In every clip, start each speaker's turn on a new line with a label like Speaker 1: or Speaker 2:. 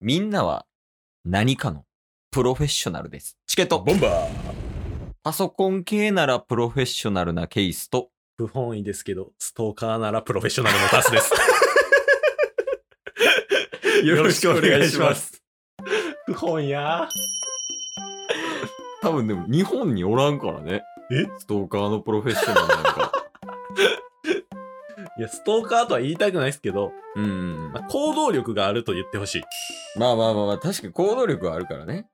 Speaker 1: みんなは何かのプロフェッショナルです。チケット
Speaker 2: ボンバー
Speaker 1: パソコン系ならプロフェッショナルなケースと、
Speaker 2: 不本意ですけど、ストーカーならプロフェッショナルのタスです。 よろしくお願いしま。す。不本意や。
Speaker 1: 多分でも日本におらんからね。
Speaker 2: え
Speaker 1: ストーカーのプロフェッショナルなんか。
Speaker 2: いや、ストーカーとは言いたくないですけど、
Speaker 1: うんうんうん。
Speaker 2: まあ行動力があると言ってほ しい。
Speaker 1: まあまあまあまあ、確かに行動力はあるからね。
Speaker 2: ん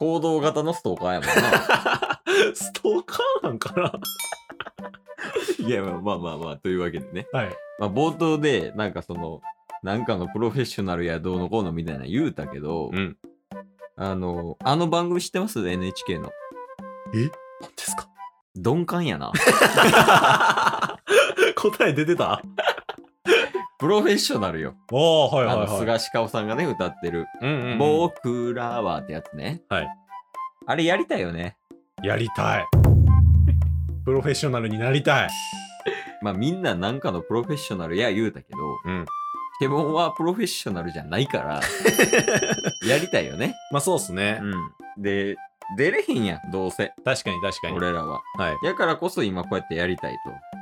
Speaker 1: 行動型のストーカーやもん な。
Speaker 2: ストーカーなんかない
Speaker 1: や、まあまあまあ、というわけでね。
Speaker 2: はい。
Speaker 1: まあ冒頭で、なんかその、なんかのプロフェッショナルやどうのこうのみたいな言うたけど、
Speaker 2: ん。
Speaker 1: あの、あの番組知ってます ?NHK の。
Speaker 2: 何ですか
Speaker 1: 鈍感やな。
Speaker 2: 答え出てた
Speaker 1: プロフェッショナルよ。
Speaker 2: おー、はい
Speaker 1: あ
Speaker 2: は
Speaker 1: の、
Speaker 2: いはい。
Speaker 1: 菅氏かおさんがね、歌ってる。
Speaker 2: うんうんうん
Speaker 1: 僕らはってやつね。
Speaker 2: はい。
Speaker 1: あれやりたいよね。
Speaker 2: やりたい。 プロフェッショナルになりたい。
Speaker 1: まあみんななんかのプロフェッショナルや言うたけど、
Speaker 2: うん。
Speaker 1: ケモンはプロフェッショナルじゃない から、やりたいよね。
Speaker 2: まあそうっすね。
Speaker 1: うん。で、出れへんやん、どうせ。
Speaker 2: 確かに確かに。
Speaker 1: 俺らは。
Speaker 2: はい。
Speaker 1: やからこそ今こうやってやりたい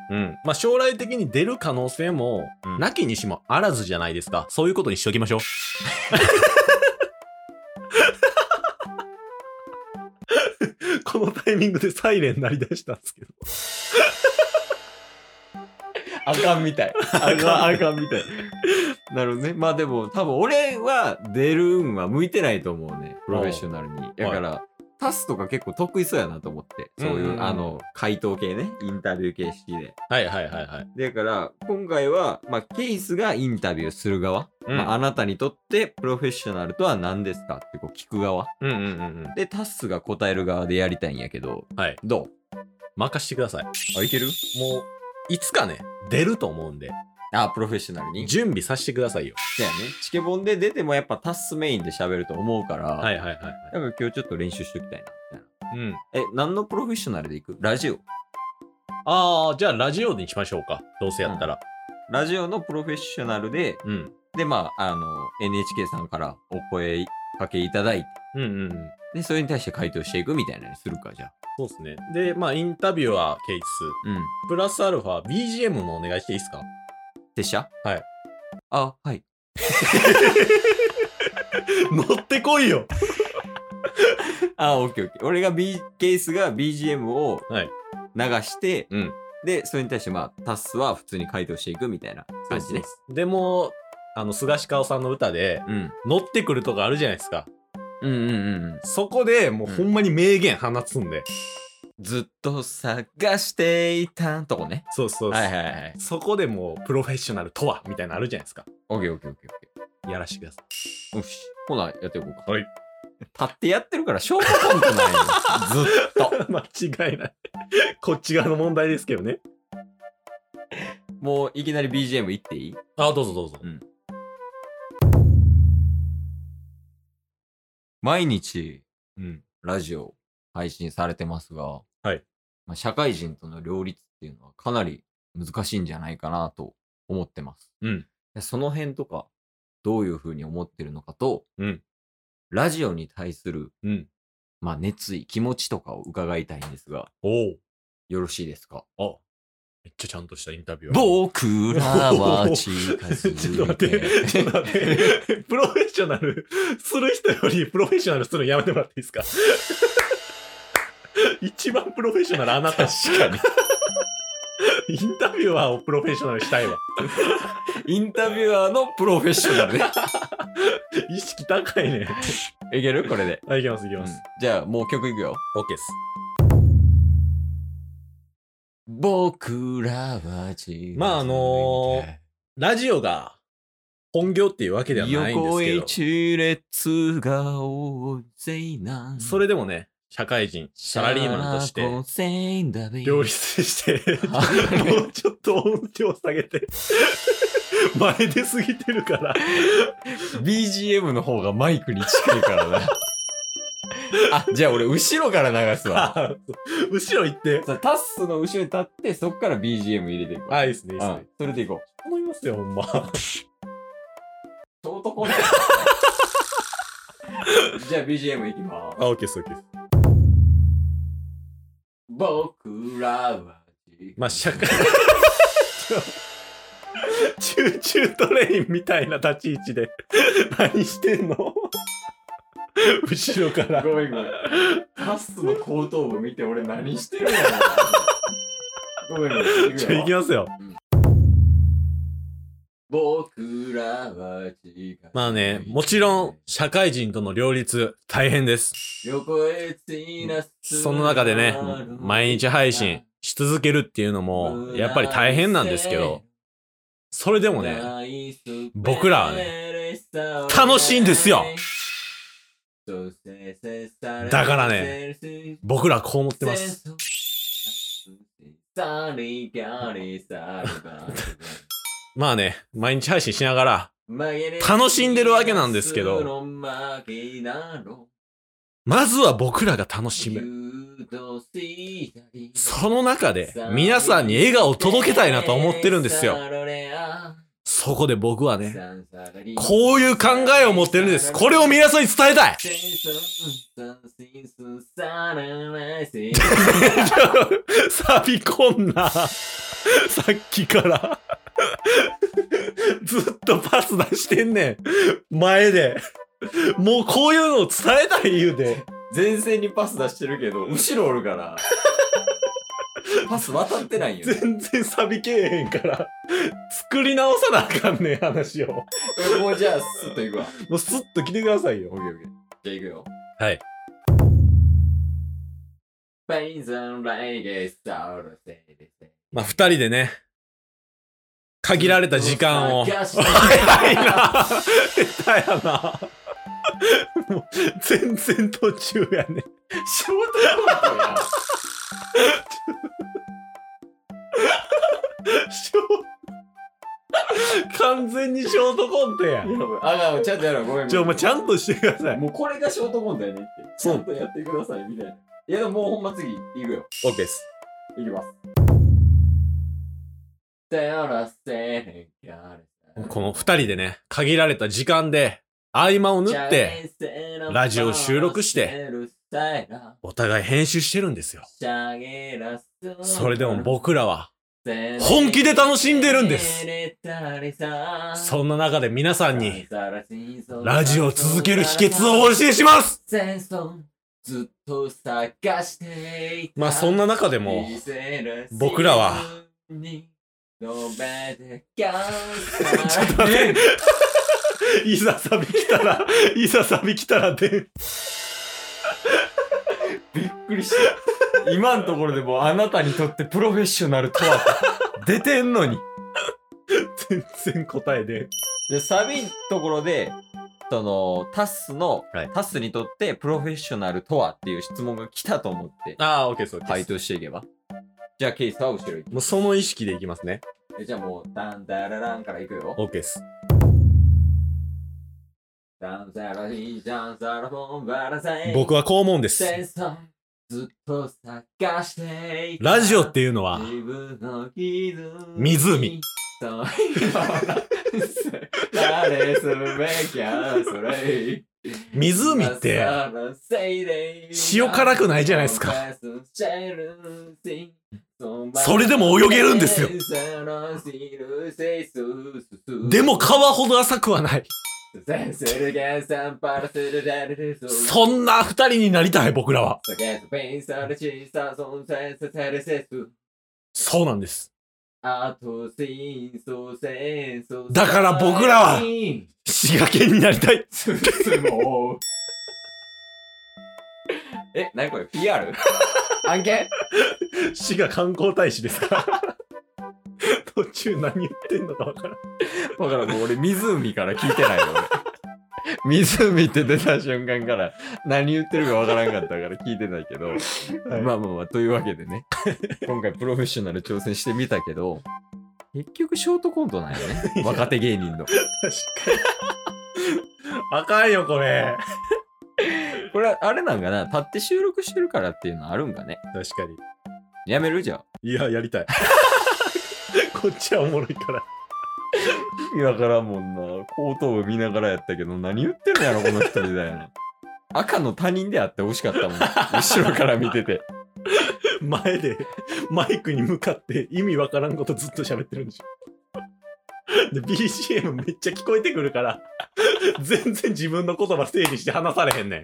Speaker 1: と。
Speaker 2: うん。まあ将来的に出る可能性も、
Speaker 1: うん
Speaker 2: なきにしもあらずじゃないですか。そういうことにしとき ましょう。このタイミングでサイレン鳴り出したんですけど。
Speaker 1: あかんみたい。あかん、あかんみたい。なるほどね。まあでも、多分俺は出る運は向いてないと思うね。プロフェッショナルに。だから、タスとか結構得意そうやなと思って。そういう、
Speaker 2: うんうんうん
Speaker 1: あの、回答系ね。インタビュー形式で。
Speaker 2: はいはいはいはい。
Speaker 1: だから、今回は、まあ、ケースがインタビューする側。
Speaker 2: うん
Speaker 1: まあ、あなたにとってプロフェッショナルとは何ですかってこう聞く側。
Speaker 2: うんうんうんうん。
Speaker 1: で、タスが答える側でやりたいんやけど、
Speaker 2: はい。
Speaker 1: ど
Speaker 2: 任してください。
Speaker 1: うあ、いける
Speaker 2: もう、いつかね、出ると思うんで、
Speaker 1: あ、プロフェッショナルに。
Speaker 2: 準備させてくださいよ。
Speaker 1: だよね。チケボンで出てもやっぱタスメインで喋ると思うから、
Speaker 2: はいはいはい
Speaker 1: だから今日ちょっと練習しときたいな。みた
Speaker 2: はい。うん。
Speaker 1: いなえ、何のプロフェッショナルで行くラジオ。
Speaker 2: ああ、じゃあラジオにしましょうか。どうせやったら。
Speaker 1: ラジオのプロフェッショナルで、
Speaker 2: うん。
Speaker 1: で、まあ、あの、NHK さんからお声かけいただいて、
Speaker 2: うんうんうん。
Speaker 1: で、それに対して回答していくみたいなのにするか、じゃあ。
Speaker 2: そうですね。で、まあ、インタビュアーはケイス。
Speaker 1: うん。
Speaker 2: プラスアルファ、BGM もお願いしていいですか
Speaker 1: 拙者
Speaker 2: はい。
Speaker 1: あ、はい。
Speaker 2: 乗ってこいよ
Speaker 1: あ、オッケーオッケー。俺が B、ケースが BGM を
Speaker 2: はい
Speaker 1: 流して、
Speaker 2: うん
Speaker 1: で、それに対して、まあ、タスは普通に回答していくみたいな感じね。
Speaker 2: でも、あの、菅氏顔さんの歌で、
Speaker 1: うん。
Speaker 2: 乗ってくるとかあるじゃないですか。
Speaker 1: うんうんうんうん。
Speaker 2: そこでもう
Speaker 1: うん
Speaker 2: ほんまに名言放つんで。
Speaker 1: ずっと探していたとこね。
Speaker 2: そうそうそう。
Speaker 1: はいはいはい。
Speaker 2: そこでもう、プロフェッショナルとは、みたいなのあるじゃないですか。
Speaker 1: オッケーオッケーオッケーオッケ
Speaker 2: やらしてください。
Speaker 1: ー。よし。ほな、やっていこうか。
Speaker 2: はい。
Speaker 1: 立ってやってるから、ショートコントないよ。ずっと。
Speaker 2: 間違いない。こっち側の問題ですけどね。
Speaker 1: もう、いきなり BGM いっていい
Speaker 2: あ、どうぞどうぞ。
Speaker 1: 毎日、
Speaker 2: うん。
Speaker 1: ラジオ、配信されてますが、
Speaker 2: はい。
Speaker 1: まあ、社会人との両立っていうのは、かなり難しいんじゃないかなと思ってます。
Speaker 2: うん。
Speaker 1: でその辺とか、どういうふうに思ってるのかと、
Speaker 2: うん
Speaker 1: ラジオに対する、
Speaker 2: うん。
Speaker 1: まあ、熱意、気持ちとかを伺いたいんですが、
Speaker 2: おお。
Speaker 1: よろしいですか
Speaker 2: あ、めっちゃちゃんとしたインタビュー。
Speaker 1: 僕らは近
Speaker 2: ちょっと
Speaker 1: づい
Speaker 2: 待って、ちょっと
Speaker 1: て。
Speaker 2: 待って。プロフェッショナルする人よりプロフェッショナルするのやめてもらっていいですか一番プロフェッショナルあなた。
Speaker 1: に。
Speaker 2: インタビュアーをプロフェッショナルしたい わ。
Speaker 1: インタビュアーのプロフェッショナルね。
Speaker 2: 意識高 いね。
Speaker 1: いけるこれで。
Speaker 2: はい、いきます、いき
Speaker 1: うん
Speaker 2: ます。
Speaker 1: じゃあ、もう曲いくよ。
Speaker 2: オッケーです。
Speaker 1: 僕らは近づいて
Speaker 2: まああのーラジオが本業っていうわけではないん
Speaker 1: 横
Speaker 2: ですけ
Speaker 1: 一列が大勢な
Speaker 2: ど、それでもね、社会人、サラリーマンとして、両立 して、
Speaker 1: はい
Speaker 2: もうちょっと音量下げて、 前出過ぎてるから。
Speaker 1: BGM の方がマイクに近いから な。あ、じゃあ俺後ろから流すわ。
Speaker 2: 後ろ行って。
Speaker 1: さタッスの後ろに立って、そっから BGM 入れていくわ。
Speaker 2: あ、いいですね、いいです
Speaker 1: うん
Speaker 2: ね。、
Speaker 1: それでいこう。
Speaker 2: 頼みますよ、ほんま。
Speaker 1: ショートコント。 じゃあ BGM いきまーす。
Speaker 2: あ、OK です、OK です。
Speaker 1: 僕らは。
Speaker 2: まあ、社会。 チューチュートレインみたいな立ち位置で何してんの後ろから
Speaker 1: ごめんごめん。タスの後頭部見て俺何してるの ごめんごめん。
Speaker 2: じゃあ行きますよ
Speaker 1: 僕らは違う。
Speaker 2: まあねもちろん社会人との両立大変です
Speaker 1: 横へつなす
Speaker 2: その中でね毎日配信し続けるっていうのもやっぱり大変なんですけどそれでもね僕らはね楽しいんですよだからね僕らこう思ってますまあね毎日配信しながら楽しんでるわけなんです けどまずは僕らが楽しむその中で皆さんに笑顔を届けたいなと思ってるんですよ。そこで僕はね、こういう考えを持ってるんです。これを皆さんに伝えたい錆びこんな。さっきからずっとパス出してんねん。前で。もうこういうのを伝えたい言うて。
Speaker 1: 前線にパス出してるけど、後ろおるから。 パス渡ってないよ、ね。
Speaker 2: 全然錆びけえへんから、作り直さなあかんねん、話を。も
Speaker 1: 俺もうじゃあ、スッといくわ。
Speaker 2: うスッと来てくださいよ
Speaker 1: オ。ッケーオッケー。じゃあいくよ。
Speaker 2: はい。
Speaker 1: ペインザンライゲスタウルセイデセイ
Speaker 2: まあ、二人でね、限られた時間を。
Speaker 1: 探し
Speaker 2: 早いな。下手やな。もう、全然途中やね。
Speaker 1: ショートコントや。
Speaker 2: ショー完全にショートコントや。
Speaker 1: あ、あちゃんとやろう。ごめん。
Speaker 2: ちょ、お前ちゃんとしてください。
Speaker 1: もうこれがショートコントやねんって。ち
Speaker 2: そう
Speaker 1: ゃんとやってください、みたいな。いや、でももうほんま次、いくよ。
Speaker 2: オッケーです。
Speaker 1: いきます。手を出せ
Speaker 2: この二人でね、限られた時間で、合間を縫って、、ラジオ収録して、お互い編集してるんですよ。それでも僕らは、本気で楽しんでるんです。そんな中で皆さんに、ラジオを続ける秘訣をお教えします
Speaker 1: 戦争ずっと探していた
Speaker 2: まあそんな中でも、僕らは
Speaker 1: ちょ
Speaker 2: ちょっ
Speaker 1: っ
Speaker 2: と待って。いざサビ来たら、いざサビ来たらで、
Speaker 1: びっくりした今のところでもうあなたにとってプロフェッショナルとは出てんのに
Speaker 2: 全然答えで。
Speaker 1: でサビのところでそのタスの、
Speaker 2: はい
Speaker 1: タスにとってプロフェッショナルとはっていう質問が来たと思って
Speaker 2: ああ、オッケーそうで
Speaker 1: 回答していけばじゃあケイスは後ろ行
Speaker 2: もうその意識でいきますね。
Speaker 1: くじゃあもうダンダラランから行くよ
Speaker 2: オッケーです。
Speaker 1: ダンダラリンジャンサラフォンバラザイ
Speaker 2: 僕はこう思うんです。
Speaker 1: 戦争ずっと探していた
Speaker 2: ラジオっていうのは、
Speaker 1: 自分の傷
Speaker 2: 湖
Speaker 1: そう誰すべきゃそれ
Speaker 2: 湖って、塩辛くないじゃないですかそれでも泳げるんですよでも川ほど浅くはない。そんな二人になりたい、僕らは。そうなんです。だ
Speaker 1: だ
Speaker 2: か
Speaker 1: からら
Speaker 2: 僕
Speaker 1: 僕
Speaker 2: ら
Speaker 1: ら
Speaker 2: は
Speaker 1: は
Speaker 2: 滋賀県になりたい。
Speaker 1: もう。 え、なにこれ ?PR? 案件
Speaker 2: 滋賀観光大使です か途中何言ってんのかわからん。
Speaker 1: だからもう俺、湖から聞いてないよ、俺。湖って出た瞬間から何言ってるかわからんかったから聞いてないけど、まあまあまあ、というわけで ね、今回プロフェッショナル挑戦してみたけど、結局ショートコントなんよ ね。若手芸人の。
Speaker 2: 確かに。あかんよ、これ。
Speaker 1: これはあれなんかな、立って収録してるからっていうのあるんかね。
Speaker 2: 確かに。
Speaker 1: やめるじゃん。
Speaker 2: いや、やりたい。 こっちはおもろいから。
Speaker 1: 意味わからんもんな。後頭部見ながらやったけど、何言ってるんやろ、この人みたいな。赤の他人であってほしかったもん。後ろから見てて。
Speaker 2: 前でマイクに向かって意味わからんことずっと喋ってるんでしょ。で、BGM めっちゃ聞こえてくるから、全然自分の言葉整理して話されへんね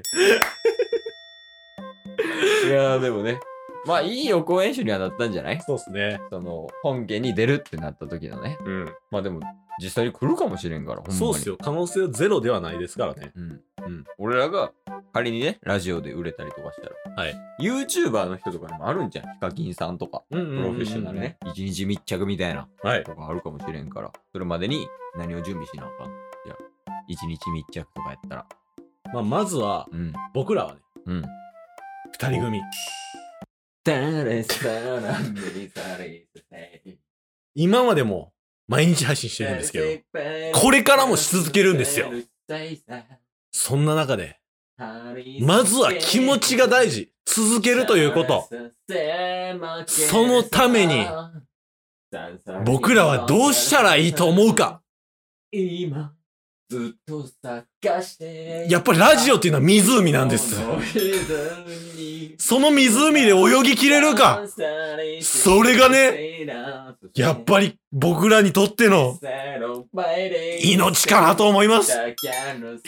Speaker 2: ん。
Speaker 1: いやーでもね。まあいい予行演習にはなったんじゃない
Speaker 2: そうっすね。
Speaker 1: その本家に出るってなった時のね。
Speaker 2: うん。
Speaker 1: まあでも実際に来るかもしれんから、ほんまに。
Speaker 2: そうっす
Speaker 1: よ。
Speaker 2: よ。可能性はゼロではないですからね。
Speaker 1: うん。うん。俺らが仮にね、ラジオで売れたりとかしたら。
Speaker 2: はい。
Speaker 1: YouTuber の人とかにもあるんじゃん。ヒカキンさんとか。
Speaker 2: うんう
Speaker 1: プ
Speaker 2: ん
Speaker 1: ロフェッショナルね。。一日密着みたいな。
Speaker 2: はい。
Speaker 1: とかあるかもしれんから、それまでに何を準備しなあかん。いや、一日密着とかやったら。
Speaker 2: まあ、まずは、
Speaker 1: うん。
Speaker 2: 僕らはね、
Speaker 1: うん。
Speaker 2: 二人組。
Speaker 1: 誰
Speaker 2: 今までも毎日配信してるんですけど、これからもし続けるんですよ。そんな中で、まずは気持ちが大事。続けるということ。そのために、僕らはどうしたらいいと思うか。
Speaker 3: 今、ずっと探して。
Speaker 2: やっぱりラジオっていうのは湖なんです。その湖で泳ぎきれるか。それが
Speaker 3: ね、
Speaker 2: やっぱり僕らにとっての
Speaker 3: り
Speaker 2: 命かなと思います。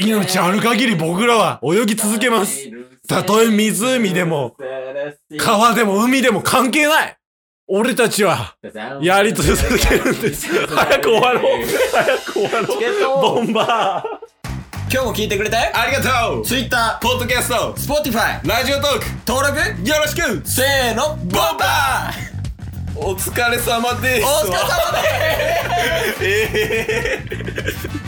Speaker 2: 命ある限り僕らは泳ぎ続けます。。たとえ湖でも、川でも海でも関係ない。俺たちは、やり続けるんです。早く終わろう。早く終わろう。ボンバー。
Speaker 1: 今日も聞いてくれて
Speaker 2: ありがとう
Speaker 1: Twitter、
Speaker 2: ポッドキャスト、
Speaker 1: Spotify、
Speaker 2: ラジオトーク、
Speaker 1: 登録
Speaker 2: よろしく
Speaker 1: せーの
Speaker 2: ボンバーお疲れ様ですお疲れ様ですええ